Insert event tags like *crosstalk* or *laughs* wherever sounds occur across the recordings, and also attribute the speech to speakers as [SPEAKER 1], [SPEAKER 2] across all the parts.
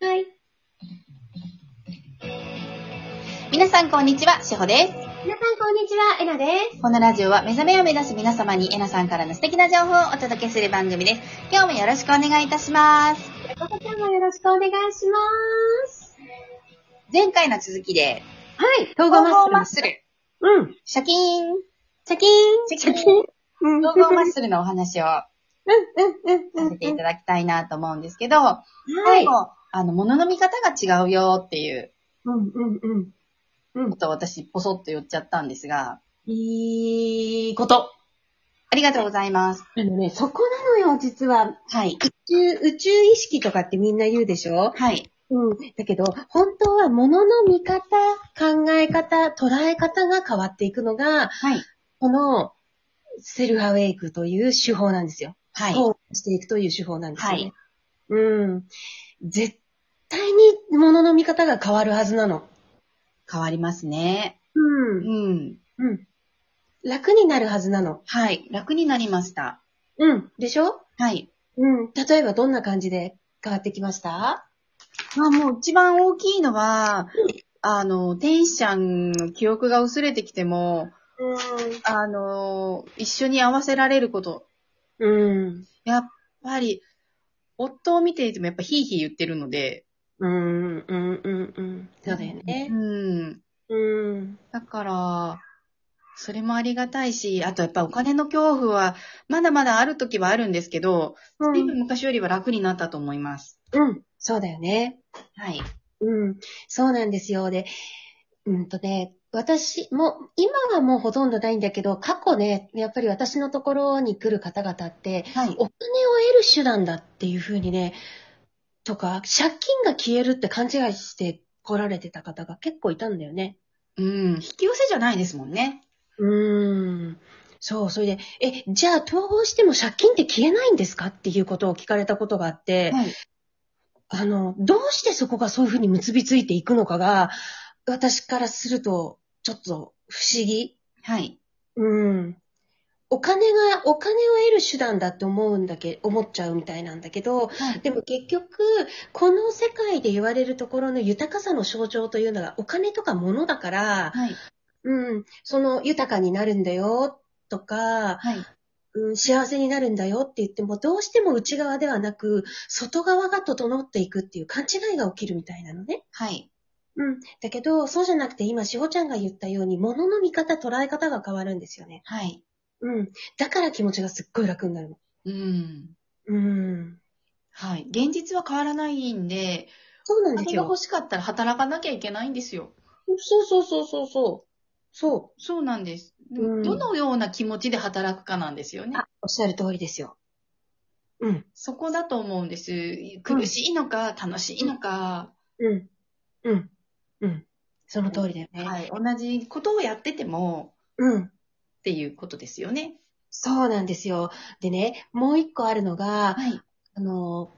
[SPEAKER 1] はい。皆さんこんにちは、しほです。
[SPEAKER 2] 皆さん、こんにちは。えなです。
[SPEAKER 1] このラジオは目覚めを目指す皆様にえなさんからの素敵な情報をお届けする番組です。今日もよろしくお願いいたします。
[SPEAKER 2] ここちゃんもよろしくお願いします。
[SPEAKER 1] 前回の続きで、
[SPEAKER 2] はい。統
[SPEAKER 1] 統
[SPEAKER 2] 合
[SPEAKER 1] 合マ
[SPEAKER 2] マ
[SPEAKER 1] ッ
[SPEAKER 2] ッ
[SPEAKER 1] ス
[SPEAKER 2] ス
[SPEAKER 1] ル
[SPEAKER 2] ル。。うん。
[SPEAKER 1] シャキーン。
[SPEAKER 2] チャキー
[SPEAKER 1] チャキーン
[SPEAKER 2] うん。
[SPEAKER 1] 統合マッスルのお話をさ
[SPEAKER 2] うん、うん、うん。
[SPEAKER 1] せていただきたいなと思うんですけど、
[SPEAKER 2] は
[SPEAKER 1] 最
[SPEAKER 2] い。
[SPEAKER 1] 後、あの、物の見方が違うよっていう
[SPEAKER 2] うん、うん、うん。
[SPEAKER 1] ことを私、ポソッと言っちゃったんですが、
[SPEAKER 2] いいこと。
[SPEAKER 1] ありがとうございます。
[SPEAKER 2] あのね、そこなのよ、実は。
[SPEAKER 1] はい。
[SPEAKER 2] 宇宙、宇宙意識とかってみんな言うでしょ
[SPEAKER 1] はい。
[SPEAKER 2] うん。だけど、本当は物の見方、考え方、捉え方が変わっていくのが、
[SPEAKER 1] はい。
[SPEAKER 2] この、セルフアウェイクという手法なんですよ。
[SPEAKER 1] はい。
[SPEAKER 2] こうしていくという手法なんですよね。
[SPEAKER 1] はい
[SPEAKER 2] うん。絶対に物の見方が変わるはずなの。
[SPEAKER 1] 変わりますね。
[SPEAKER 2] う
[SPEAKER 1] う。ん。
[SPEAKER 2] うん。楽になるはずなの。
[SPEAKER 1] はい。楽になりました。
[SPEAKER 2] うん。でしょ
[SPEAKER 1] はい。
[SPEAKER 2] うん。例えばどんな感じで変わってきました
[SPEAKER 1] まあもう一番大きいのは、あの、天使ちゃんの記憶が薄れてきても、
[SPEAKER 2] う
[SPEAKER 1] あの、一緒に合わせられること。
[SPEAKER 2] ん。
[SPEAKER 1] やっぱり、夫を見ていてもやっぱヒーヒー言ってるので。
[SPEAKER 2] うん。うん。うん。うん。そうだよね
[SPEAKER 1] う。ん。
[SPEAKER 2] うん。
[SPEAKER 1] だから、それもありがたいし、あとやっぱお金の恐怖は、まだまだある時はあるんですけど、
[SPEAKER 2] う
[SPEAKER 1] 随分
[SPEAKER 2] ん。
[SPEAKER 1] 昔よりは楽になったと思います。
[SPEAKER 2] うん。そうだよね。
[SPEAKER 1] はい。
[SPEAKER 2] うん。そうなんですよ。で、うんとね、私も、今はもうほとんどないんだけど、過去ね、やっぱり私のところに来る方々って、
[SPEAKER 1] はい。
[SPEAKER 2] お金を得る手段だっていうふうにね、とか、借金が消えるって勘違いして来られてた方が結構いたんだよね。
[SPEAKER 1] うん。引き寄せじゃないですもんね。
[SPEAKER 2] うーん。そう、それで、え、じゃあ統合しても借金って消えないんですかっていうことを聞かれたことがあって、
[SPEAKER 1] はい。
[SPEAKER 2] あの、どうしてそこがそういうふうに結びついていくのかが、私からすると、ちょっと不思議。
[SPEAKER 1] はい。
[SPEAKER 2] うん。お金が、お金を得る手段だって思うんだけ、思っちゃうみたいなんだけど、
[SPEAKER 1] はい。
[SPEAKER 2] でも結局、この世界で言われるところの豊かさの象徴というのがお金とか物だから、
[SPEAKER 1] はい。
[SPEAKER 2] うん、その豊かになるんだよとか、
[SPEAKER 1] はい。
[SPEAKER 2] うん、幸せになるんだよって言っても、どうしても内側ではなく、外側が整っていくっていう勘違いが起きるみたいなのね。
[SPEAKER 1] はい。
[SPEAKER 2] うん。だけど、そうじゃなくて今、しほちゃんが言ったように、物の見方、捉え方が変わるんですよね。
[SPEAKER 1] はい。
[SPEAKER 2] うん。だから気持ちがすっごい楽になるの。
[SPEAKER 1] うん。
[SPEAKER 2] うん。
[SPEAKER 1] はい。現実は変わらないんで、
[SPEAKER 2] そうなん
[SPEAKER 1] お
[SPEAKER 2] です
[SPEAKER 1] 金
[SPEAKER 2] よ
[SPEAKER 1] が欲。しかったら働かなきゃいけないんですよ。
[SPEAKER 2] そうそうそうそうそう。そう。
[SPEAKER 1] そうなんです。で
[SPEAKER 2] う
[SPEAKER 1] も
[SPEAKER 2] ん
[SPEAKER 1] どのような気持ちで働くかなんですよね。
[SPEAKER 2] あ、おっしゃる通りですよ。うん。
[SPEAKER 1] そこだと思うんです。苦しいのか、楽しいのか、
[SPEAKER 2] うん。うん。うん。その通りだよね。
[SPEAKER 1] はい。同じことをやってても、
[SPEAKER 2] うん。
[SPEAKER 1] っていうことですよね。
[SPEAKER 2] そうなんですよ。でね、もう一個あるのが、
[SPEAKER 1] はい。
[SPEAKER 2] あの、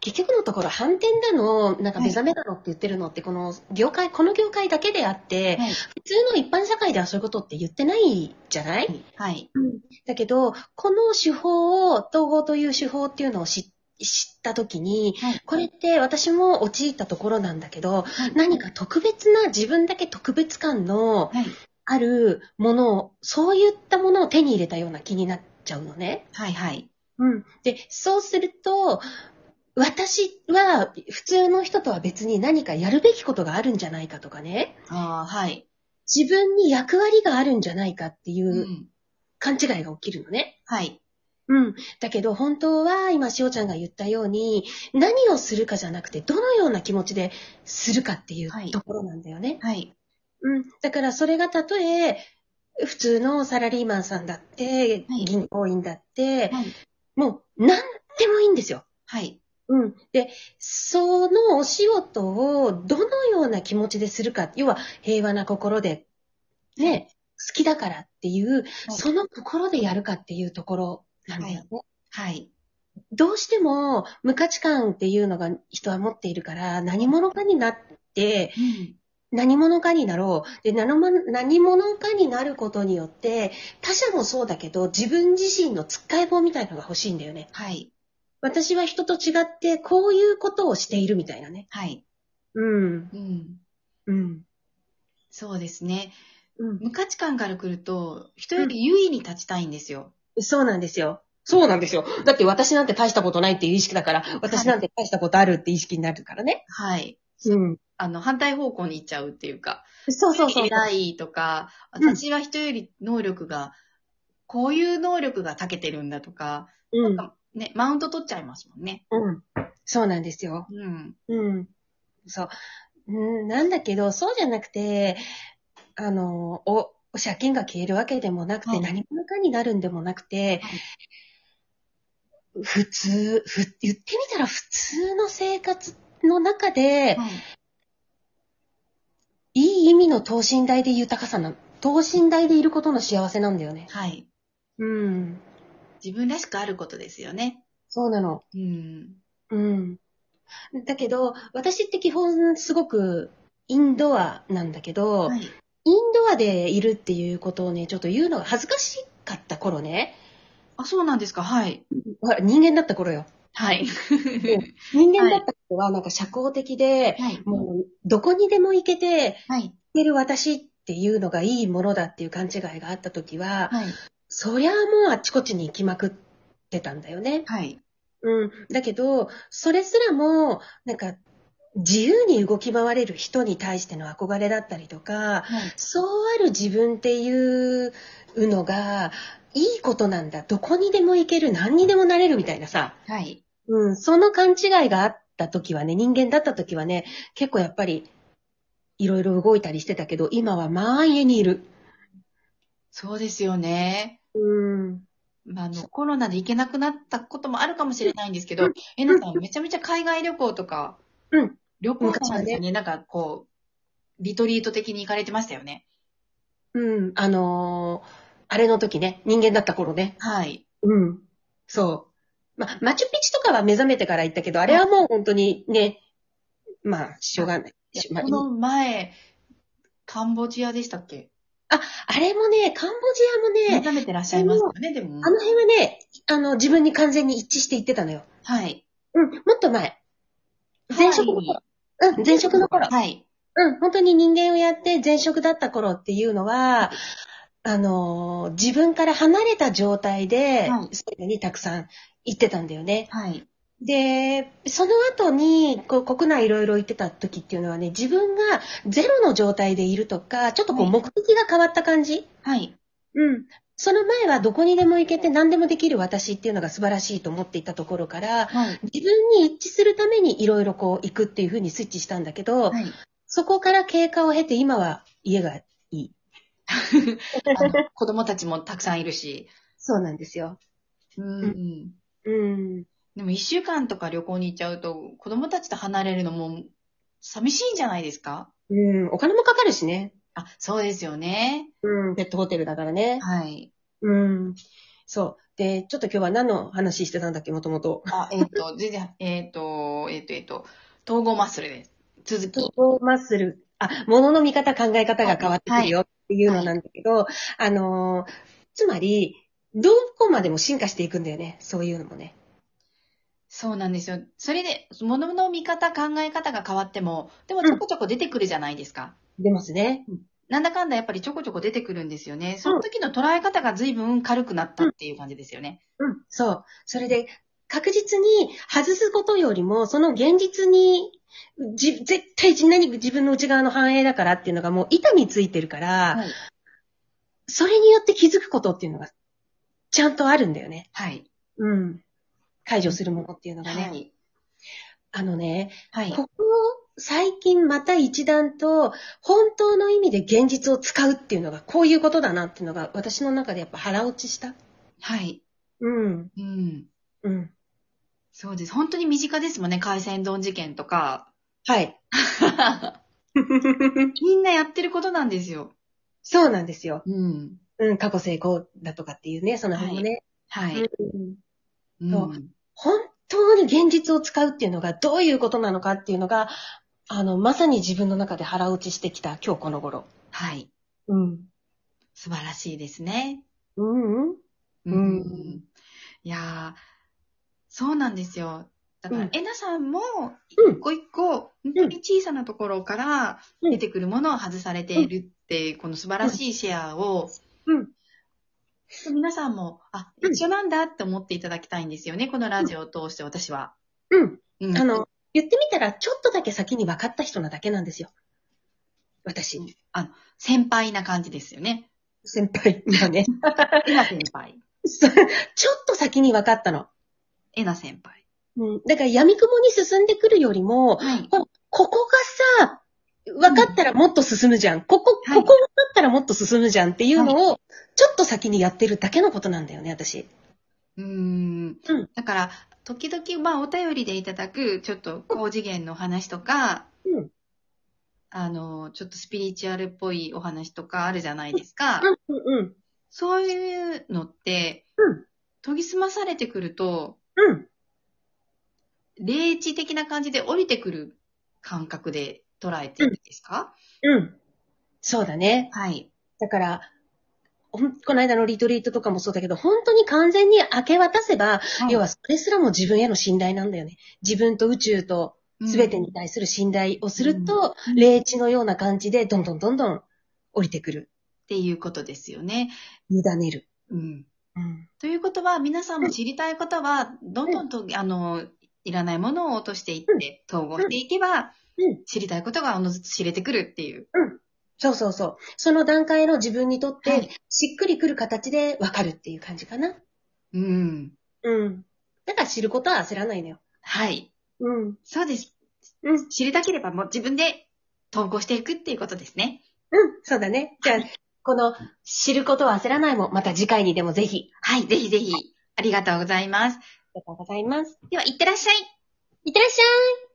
[SPEAKER 2] 結局のところ、反転だの、なんか目覚めだのって言ってるのって、この業界、この業界だけであって、
[SPEAKER 1] はい
[SPEAKER 2] 普通の一般社会ではそういうことって言ってないじゃない、
[SPEAKER 1] はい。
[SPEAKER 2] だけど、この手法を、統合という手法っていうのを知知ったときに、
[SPEAKER 1] はい。
[SPEAKER 2] これって私も陥ったところなんだけど、
[SPEAKER 1] はい
[SPEAKER 2] 何か特別な、自分だけ特別感の
[SPEAKER 1] はい。
[SPEAKER 2] あるものを、そういったものを手に入れたような気になっちゃうのね。
[SPEAKER 1] はい。はい。
[SPEAKER 2] うん。で、そうすると、私は普通の人とは別に何かやるべきことがあるんじゃないかとかね。
[SPEAKER 1] ああ、はい。。
[SPEAKER 2] 自分に役割があるんじゃないかっていううん勘違いが起きるのね。
[SPEAKER 1] はい。
[SPEAKER 2] うん。だけど本当は今しおちゃんが言ったように何をするかじゃなくてどのような気持ちでするかっていう
[SPEAKER 1] はい
[SPEAKER 2] ところなんだよね。
[SPEAKER 1] はい。
[SPEAKER 2] うん。だからそれがたとえ普通のサラリーマンさんだって、
[SPEAKER 1] はい
[SPEAKER 2] 銀行員だって、
[SPEAKER 1] はい。
[SPEAKER 2] もう何でもいいんですよ。
[SPEAKER 1] はい。
[SPEAKER 2] うん。で、そのお仕事をどのような気持ちでするか、要は平和な心で、ね、好きだからっていう、その心でやるかっていうところなんだよね。
[SPEAKER 1] はい。
[SPEAKER 2] どうしても無価値観っていうのが人は持っているから、何者かになって、
[SPEAKER 1] うん
[SPEAKER 2] 何者かになろう。で、何も何者かになることによって、他者もそうだけど、自分自身のつっかえ棒みたいのが欲しいんだよね。
[SPEAKER 1] はい。
[SPEAKER 2] 私は人と違って、こういうことをしているみたいなね。
[SPEAKER 1] はい。
[SPEAKER 2] うん。
[SPEAKER 1] うん。
[SPEAKER 2] うん。
[SPEAKER 1] そうですね。
[SPEAKER 2] うん。
[SPEAKER 1] 無価値観から来ると、人より優位に立ちたいんですよ。
[SPEAKER 2] そうなんですよ。そうなんですよ。だって私なんて大したことないっていう意識だから、私なんて大したことあるって意識になるからね。
[SPEAKER 1] はい。
[SPEAKER 2] うん。
[SPEAKER 1] あの、反対方向に行っちゃうっていうか、
[SPEAKER 2] そうそうそう。
[SPEAKER 1] 偉いとか、
[SPEAKER 2] うん
[SPEAKER 1] 私は人より能力が、こういう能力が長けてるんだとか、
[SPEAKER 2] うん。
[SPEAKER 1] ね、マウント取っちゃいますもんね。
[SPEAKER 2] うん。そうなんですよ。
[SPEAKER 1] うん。
[SPEAKER 2] うん。そう。うん、なんだけど、そうじゃなくて、あの、お、借金が消えるわけでもなくて、
[SPEAKER 1] はい
[SPEAKER 2] 何者かになるんでもなくて、
[SPEAKER 1] はい
[SPEAKER 2] 普通、ふ、言ってみたら普通の生活の中で、
[SPEAKER 1] はい
[SPEAKER 2] いい意味の等身大で豊かさな、等身大でいることの幸せなんだよね。
[SPEAKER 1] はい。
[SPEAKER 2] うん。
[SPEAKER 1] 自分らしくあることですよね。
[SPEAKER 2] そうなの。
[SPEAKER 1] うん。
[SPEAKER 2] うん。だけど、私って基本すごくインドアなんだけど、
[SPEAKER 1] はい。
[SPEAKER 2] インドアでいるっていうことをね、ちょっと言うのが恥ずかしかった頃ね。
[SPEAKER 1] あ、そうなんですか。はい。
[SPEAKER 2] ほら人間だった頃よ。
[SPEAKER 1] はい。
[SPEAKER 2] 人間だった頃はなんか社交的で、
[SPEAKER 1] *laughs* はい。
[SPEAKER 2] もうどこにでも行けて、
[SPEAKER 1] はい。
[SPEAKER 2] 行ける私っていうのがいいものだっていう勘違いがあった時は、
[SPEAKER 1] はい。
[SPEAKER 2] そりゃもうあっちこっちに行きまくってたんだよね。
[SPEAKER 1] はい。
[SPEAKER 2] うん。だけど、それすらも、なんか、自由に動き回れる人に対しての憧れだったりとか、
[SPEAKER 1] はい。
[SPEAKER 2] そうある自分っていうのが、いいことなんだ。どこにでも行ける。何にでもなれるみたいなさ。
[SPEAKER 1] はい。
[SPEAKER 2] うん。その勘違いがあった時はね、人間だった時はね、結構やっぱり、いろいろ動いたりしてたけど、今はまあ家にいる。
[SPEAKER 1] そうですよね。
[SPEAKER 2] うん。
[SPEAKER 1] まあ、あの、コロナで行けなくなったこともあるかもしれないんですけど、えなさん、めちゃめちゃ海外旅行とか、
[SPEAKER 2] うん。
[SPEAKER 1] 旅行とかね、なんかこう、リトリート的に行かれてましたよね。
[SPEAKER 2] うん。あのーあれの時ね、人間だった頃ね。
[SPEAKER 1] はい。
[SPEAKER 2] うん。そう。まあ、マチュピチュとかは目覚めてから行ったけど、あれはもう本当にね、まあ、しょうがない。しまあ
[SPEAKER 1] この前、カンボジアでしたっけ
[SPEAKER 2] あれもね、カンボジア
[SPEAKER 1] 目
[SPEAKER 2] もね、
[SPEAKER 1] 覚めてらっしゃいますよね、でも。
[SPEAKER 2] あの辺はね、あの、自分に完全に一致して言ってたのよ。
[SPEAKER 1] はい。
[SPEAKER 2] うん、もっと前。前職の頃。うん、前職の頃。
[SPEAKER 1] はい。
[SPEAKER 2] うん、本当に人間をやって前職だった頃っていうのは、あのー自分から離れた状態で、
[SPEAKER 1] はい
[SPEAKER 2] そういうのにたくさん行ってたんだよね。
[SPEAKER 1] はい。
[SPEAKER 2] で、その後に、こう、国内いろいろ行ってた時っていうのはね、自分がゼロの状態でいるとか、ちょっとこう、
[SPEAKER 1] はい
[SPEAKER 2] 目的が変わった感じ、
[SPEAKER 1] はい。
[SPEAKER 2] うん。その前はどこにでも行けて何でもできる私っていうのが素晴らしいと思っていたところから、
[SPEAKER 1] はい。
[SPEAKER 2] 自分に一致するためにいろいろこう行くっていうふうにスイッチしたんだけど、
[SPEAKER 1] はい。
[SPEAKER 2] そこから経過を経て今は家がいい。
[SPEAKER 1] あの子供たちもたくさんいるし。
[SPEAKER 2] そうなんですよ。
[SPEAKER 1] うん。
[SPEAKER 2] うん。
[SPEAKER 1] でも一週間とか旅行に行っちゃうと、子供たちと離れるのも寂しいんじゃないですか
[SPEAKER 2] うん。お金もかかるしね。
[SPEAKER 1] あ、そうですよね。
[SPEAKER 2] うん。ペットホテルだからね。
[SPEAKER 1] はい。
[SPEAKER 2] うん。そう。で、ちょっと今日は何の話してたんだっけ、もともと。
[SPEAKER 1] あ、えっ、 *laughs* と、全然、えっ、と、えっ、と、えっ、と、統合マッスルです。続き。
[SPEAKER 2] 統合マッスル。あ、物の見方、考え方が変わってくるよっていうのなんだけど、あのーつまり、どこまでも進化していくんだよね。そういうのもね。
[SPEAKER 1] そうなんですよ。それで、物の見方、考え方が変わっても、でもちょこちょこ出てくるじゃないですか。
[SPEAKER 2] 出ますね。
[SPEAKER 1] なんだかんだやっぱりちょこちょこ出てくるんですよね。その時の捉え方が随分軽くなったっていう感じですよね。
[SPEAKER 2] うん。そう。それで、確実に外すことよりも、その現実に、じ、絶対じ何自分の内側の反映だからっていうのがもう板についてるから、
[SPEAKER 1] はい。
[SPEAKER 2] それによって気づくことっていうのが、ちゃんとあるんだよね。
[SPEAKER 1] はい。
[SPEAKER 2] うん。解除するものっていうのがね。
[SPEAKER 1] はい。
[SPEAKER 2] あのね、
[SPEAKER 1] はい。
[SPEAKER 2] ここ最近また一段と本当の意味で現実を使うっていうのがこういうことだなっていうのが私の中でやっぱ腹落ちした。
[SPEAKER 1] はい。
[SPEAKER 2] うん。
[SPEAKER 1] うん。
[SPEAKER 2] うん。
[SPEAKER 1] そうです。本当に身近ですもんね。海鮮丼事件とか。
[SPEAKER 2] *laughs* はい。
[SPEAKER 1] みんなやってることなんですよ。
[SPEAKER 2] そうなんですよ。
[SPEAKER 1] うん。
[SPEAKER 2] うん、過去成功だとかっていうね、その辺もね。
[SPEAKER 1] はい。
[SPEAKER 2] うん
[SPEAKER 1] うん
[SPEAKER 2] そう本当に現実を使うっていうのがどういうことなのかっていうのが、あの、まさに自分の中で腹落ちしてきた今日この頃。
[SPEAKER 1] はい。
[SPEAKER 2] うん。
[SPEAKER 1] 素晴らしいですね。
[SPEAKER 2] うん、うん。
[SPEAKER 1] う
[SPEAKER 2] うん
[SPEAKER 1] いやーそうなんですよ。だから、
[SPEAKER 2] うん
[SPEAKER 1] えなさんも、
[SPEAKER 2] うん
[SPEAKER 1] 一個一個、本当に小さなところから
[SPEAKER 2] うん
[SPEAKER 1] 出てくるものを外されているって、この素晴らしいシェアを、
[SPEAKER 2] うん
[SPEAKER 1] 皆さんも、あ、
[SPEAKER 2] うん
[SPEAKER 1] 一緒なんだって思っていただきたいんですよね、このラジオを通して私は。
[SPEAKER 2] うん。
[SPEAKER 1] うん
[SPEAKER 2] あ、の、言ってみたら、ちょっとだけ先に分かった人なだけなんですよ。私、
[SPEAKER 1] 先輩な感じですよね。
[SPEAKER 2] 先輩だ *laughs* ね。
[SPEAKER 1] えな先輩。
[SPEAKER 2] そうちょっと先に分かったの。
[SPEAKER 1] えな先輩。
[SPEAKER 2] うん。だから、闇雲に進んでくるよりも、
[SPEAKER 1] はい。
[SPEAKER 2] ここがさ、分かったらもっと進むじゃん。ここ、ここ
[SPEAKER 1] はい
[SPEAKER 2] 分かったらもっと進むじゃんっていうのを、ちょっと先にやってるだけのことなんだよね、私。
[SPEAKER 1] うーん
[SPEAKER 2] うん
[SPEAKER 1] だから、時々、まあ、お便りでいただく、ちょっと高次元のお話とか、
[SPEAKER 2] うん
[SPEAKER 1] あの、ちょっとスピリチュアルっぽいお話とかあるじゃないですか。
[SPEAKER 2] うん、うん、
[SPEAKER 1] そういうのって、
[SPEAKER 2] うん
[SPEAKER 1] 研ぎ澄まされてくると、
[SPEAKER 2] うん。
[SPEAKER 1] 霊地的な感じで降りてくる感覚で捉えてるんですか、
[SPEAKER 2] うん。そうだね。
[SPEAKER 1] はい。
[SPEAKER 2] だから、ほんこの間のリトリートとかもそうだけど、本当に完全に明け渡せば、要はそれすらも自分への信頼なんだよね。自分と宇宙と全てに対する信頼をすると、
[SPEAKER 1] うん
[SPEAKER 2] 霊地のような感じで、どんどんどんどん降りてくる。
[SPEAKER 1] っていうことですよね。
[SPEAKER 2] 委ねる。
[SPEAKER 1] うん。
[SPEAKER 2] うん。
[SPEAKER 1] ということは、皆さんも知りたいことは、どんどんと、あの、いらないものを落としていって、統合していけば
[SPEAKER 2] うん、
[SPEAKER 1] 知りたいことがおのずつ知れてくるっていう。
[SPEAKER 2] そうそうそう。その段階の自分にとっ
[SPEAKER 1] はい
[SPEAKER 2] て、しっくりくる形でわかるっていう感じかな。
[SPEAKER 1] うん。
[SPEAKER 2] うん。だから知ることは焦らないのよ。
[SPEAKER 1] はい。
[SPEAKER 2] うん。
[SPEAKER 1] そうです。
[SPEAKER 2] うん。
[SPEAKER 1] 知りたければもう自分で統合していくっていうことですね。
[SPEAKER 2] うん。そうだね。じゃあ、この、知ることは焦らないも、また次回にでもぜひ。
[SPEAKER 1] はい。ぜひぜひ。ありがとうございます。
[SPEAKER 2] ありがとうございます。
[SPEAKER 1] では、いってらっしゃい。
[SPEAKER 2] いってらっしゃい